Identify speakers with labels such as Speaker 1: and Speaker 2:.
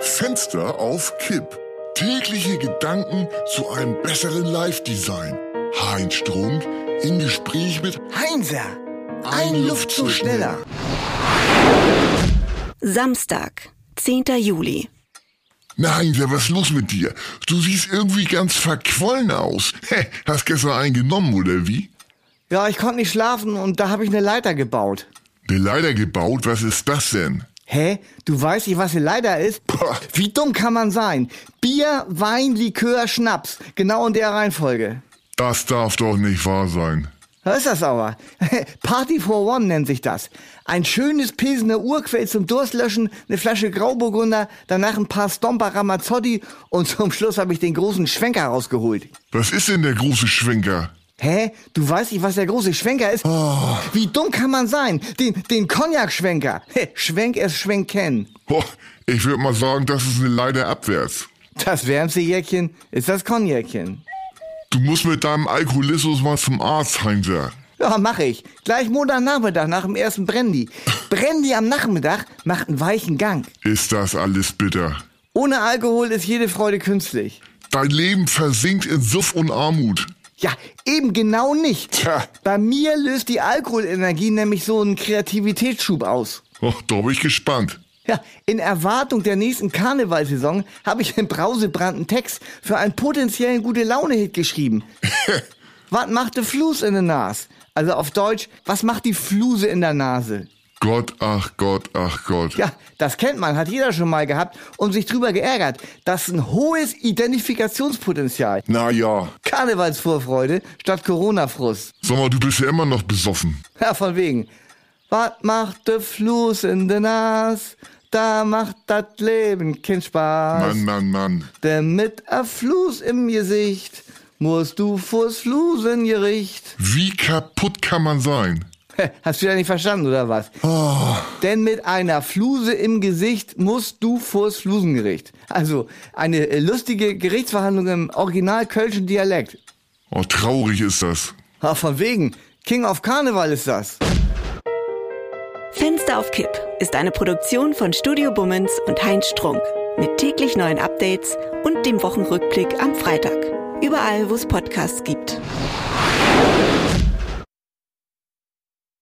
Speaker 1: Fenster auf Kipp. Tägliche Gedanken zu einem besseren Live-Design. Heinz Strunk im Gespräch mit
Speaker 2: Heinzer,
Speaker 1: Ein Luftzug schneller.
Speaker 3: Samstag, 10. Juli.
Speaker 1: Na Heinzer, was ist los mit dir? Du siehst irgendwie ganz verquollen aus. Hä, hast gestern einen genommen, oder wie?
Speaker 2: Ja, ich konnte nicht schlafen und da habe ich eine Leiter gebaut.
Speaker 1: Eine Leiter gebaut, was ist das denn?
Speaker 2: Hä? Du weißt nicht, was eine Leiter ist?
Speaker 1: Boah.
Speaker 2: Wie dumm kann man sein? Bier, Wein, Likör, Schnaps. Genau in der Reihenfolge.
Speaker 1: Das darf doch nicht wahr sein.
Speaker 2: Da ist das aber. Party for One nennt sich das. Ein schönes Pilsener Urquell zum Durstlöschen, eine Flasche Grauburgunder, danach ein paar Stomper Ramazzotti und zum Schluss habe ich den großen Schwenker rausgeholt.
Speaker 1: Was ist denn der große Schwenker? Ah,
Speaker 2: Hä? Du weißt nicht, was der große Schwenker ist? Wie dumm kann man sein? Den, den Cognac-Schwenker. Hä, Schwenk es schwenken.
Speaker 1: Boah, oh, ich würde mal sagen, das ist eine Leiter abwärts.
Speaker 2: Das wärmste Jäckchen ist das Cognacchen.
Speaker 1: Du musst mit deinem Alkoholismus mal zum Arzt, Heinzer.
Speaker 2: Ja, mach ich. Gleich Montagnachmittag nach dem ersten Brandy. Brandy am Nachmittag macht einen weichen Gang.
Speaker 1: Ist das alles bitter.
Speaker 2: Ohne Alkohol ist jede Freude künstlich.
Speaker 1: Dein Leben versinkt in Suff und Armut.
Speaker 2: Ja, eben genau nicht.
Speaker 1: Tja.
Speaker 2: Bei mir löst die Alkoholenergie nämlich so einen Kreativitätsschub aus.
Speaker 1: Och, Oh, da bin ich gespannt.
Speaker 2: Ja, in Erwartung der nächsten Karnevalsaison habe ich im Brausebrand einen Text für einen potenziellen Gute-Laune-Hit geschrieben. Was macht die Flus in der Nase? Also auf Deutsch, was macht die Fluse in der Nase?
Speaker 1: Gott, ach Gott, ach Gott.
Speaker 2: Ja, das kennt man, hat jeder schon mal gehabt und sich drüber geärgert. Das ist ein hohes Identifikationspotenzial.
Speaker 1: Na ja.
Speaker 2: Karnevalsvorfreude statt Corona-Frust.
Speaker 1: Sag mal, du bist ja immer noch besoffen.
Speaker 2: Ja, von wegen. Was macht der Fluss in der Nase? Da macht das Leben keinen Spaß.
Speaker 1: Mann, Mann, Mann.
Speaker 2: Denn mit a Fluss im Gesicht musst du vors Flusengericht.
Speaker 1: Wie kaputt kann man sein?
Speaker 2: Hä, Hast du wieder nicht verstanden, oder was? Denn mit einer Fluse im Gesicht musst du vors Flusengericht. Also eine äh, lustige Gerichtsverhandlung im original kölschen Dialekt.
Speaker 1: Oh, traurig ist das.
Speaker 2: Ah, von wegen. King of Karneval ist das.
Speaker 3: Fenster auf Kipp ist eine Produktion von Studio Bummens und Heinz Strunk. Mit täglich neuen Updates und dem Wochenrückblick am Freitag. Überall, wo es Podcasts gibt.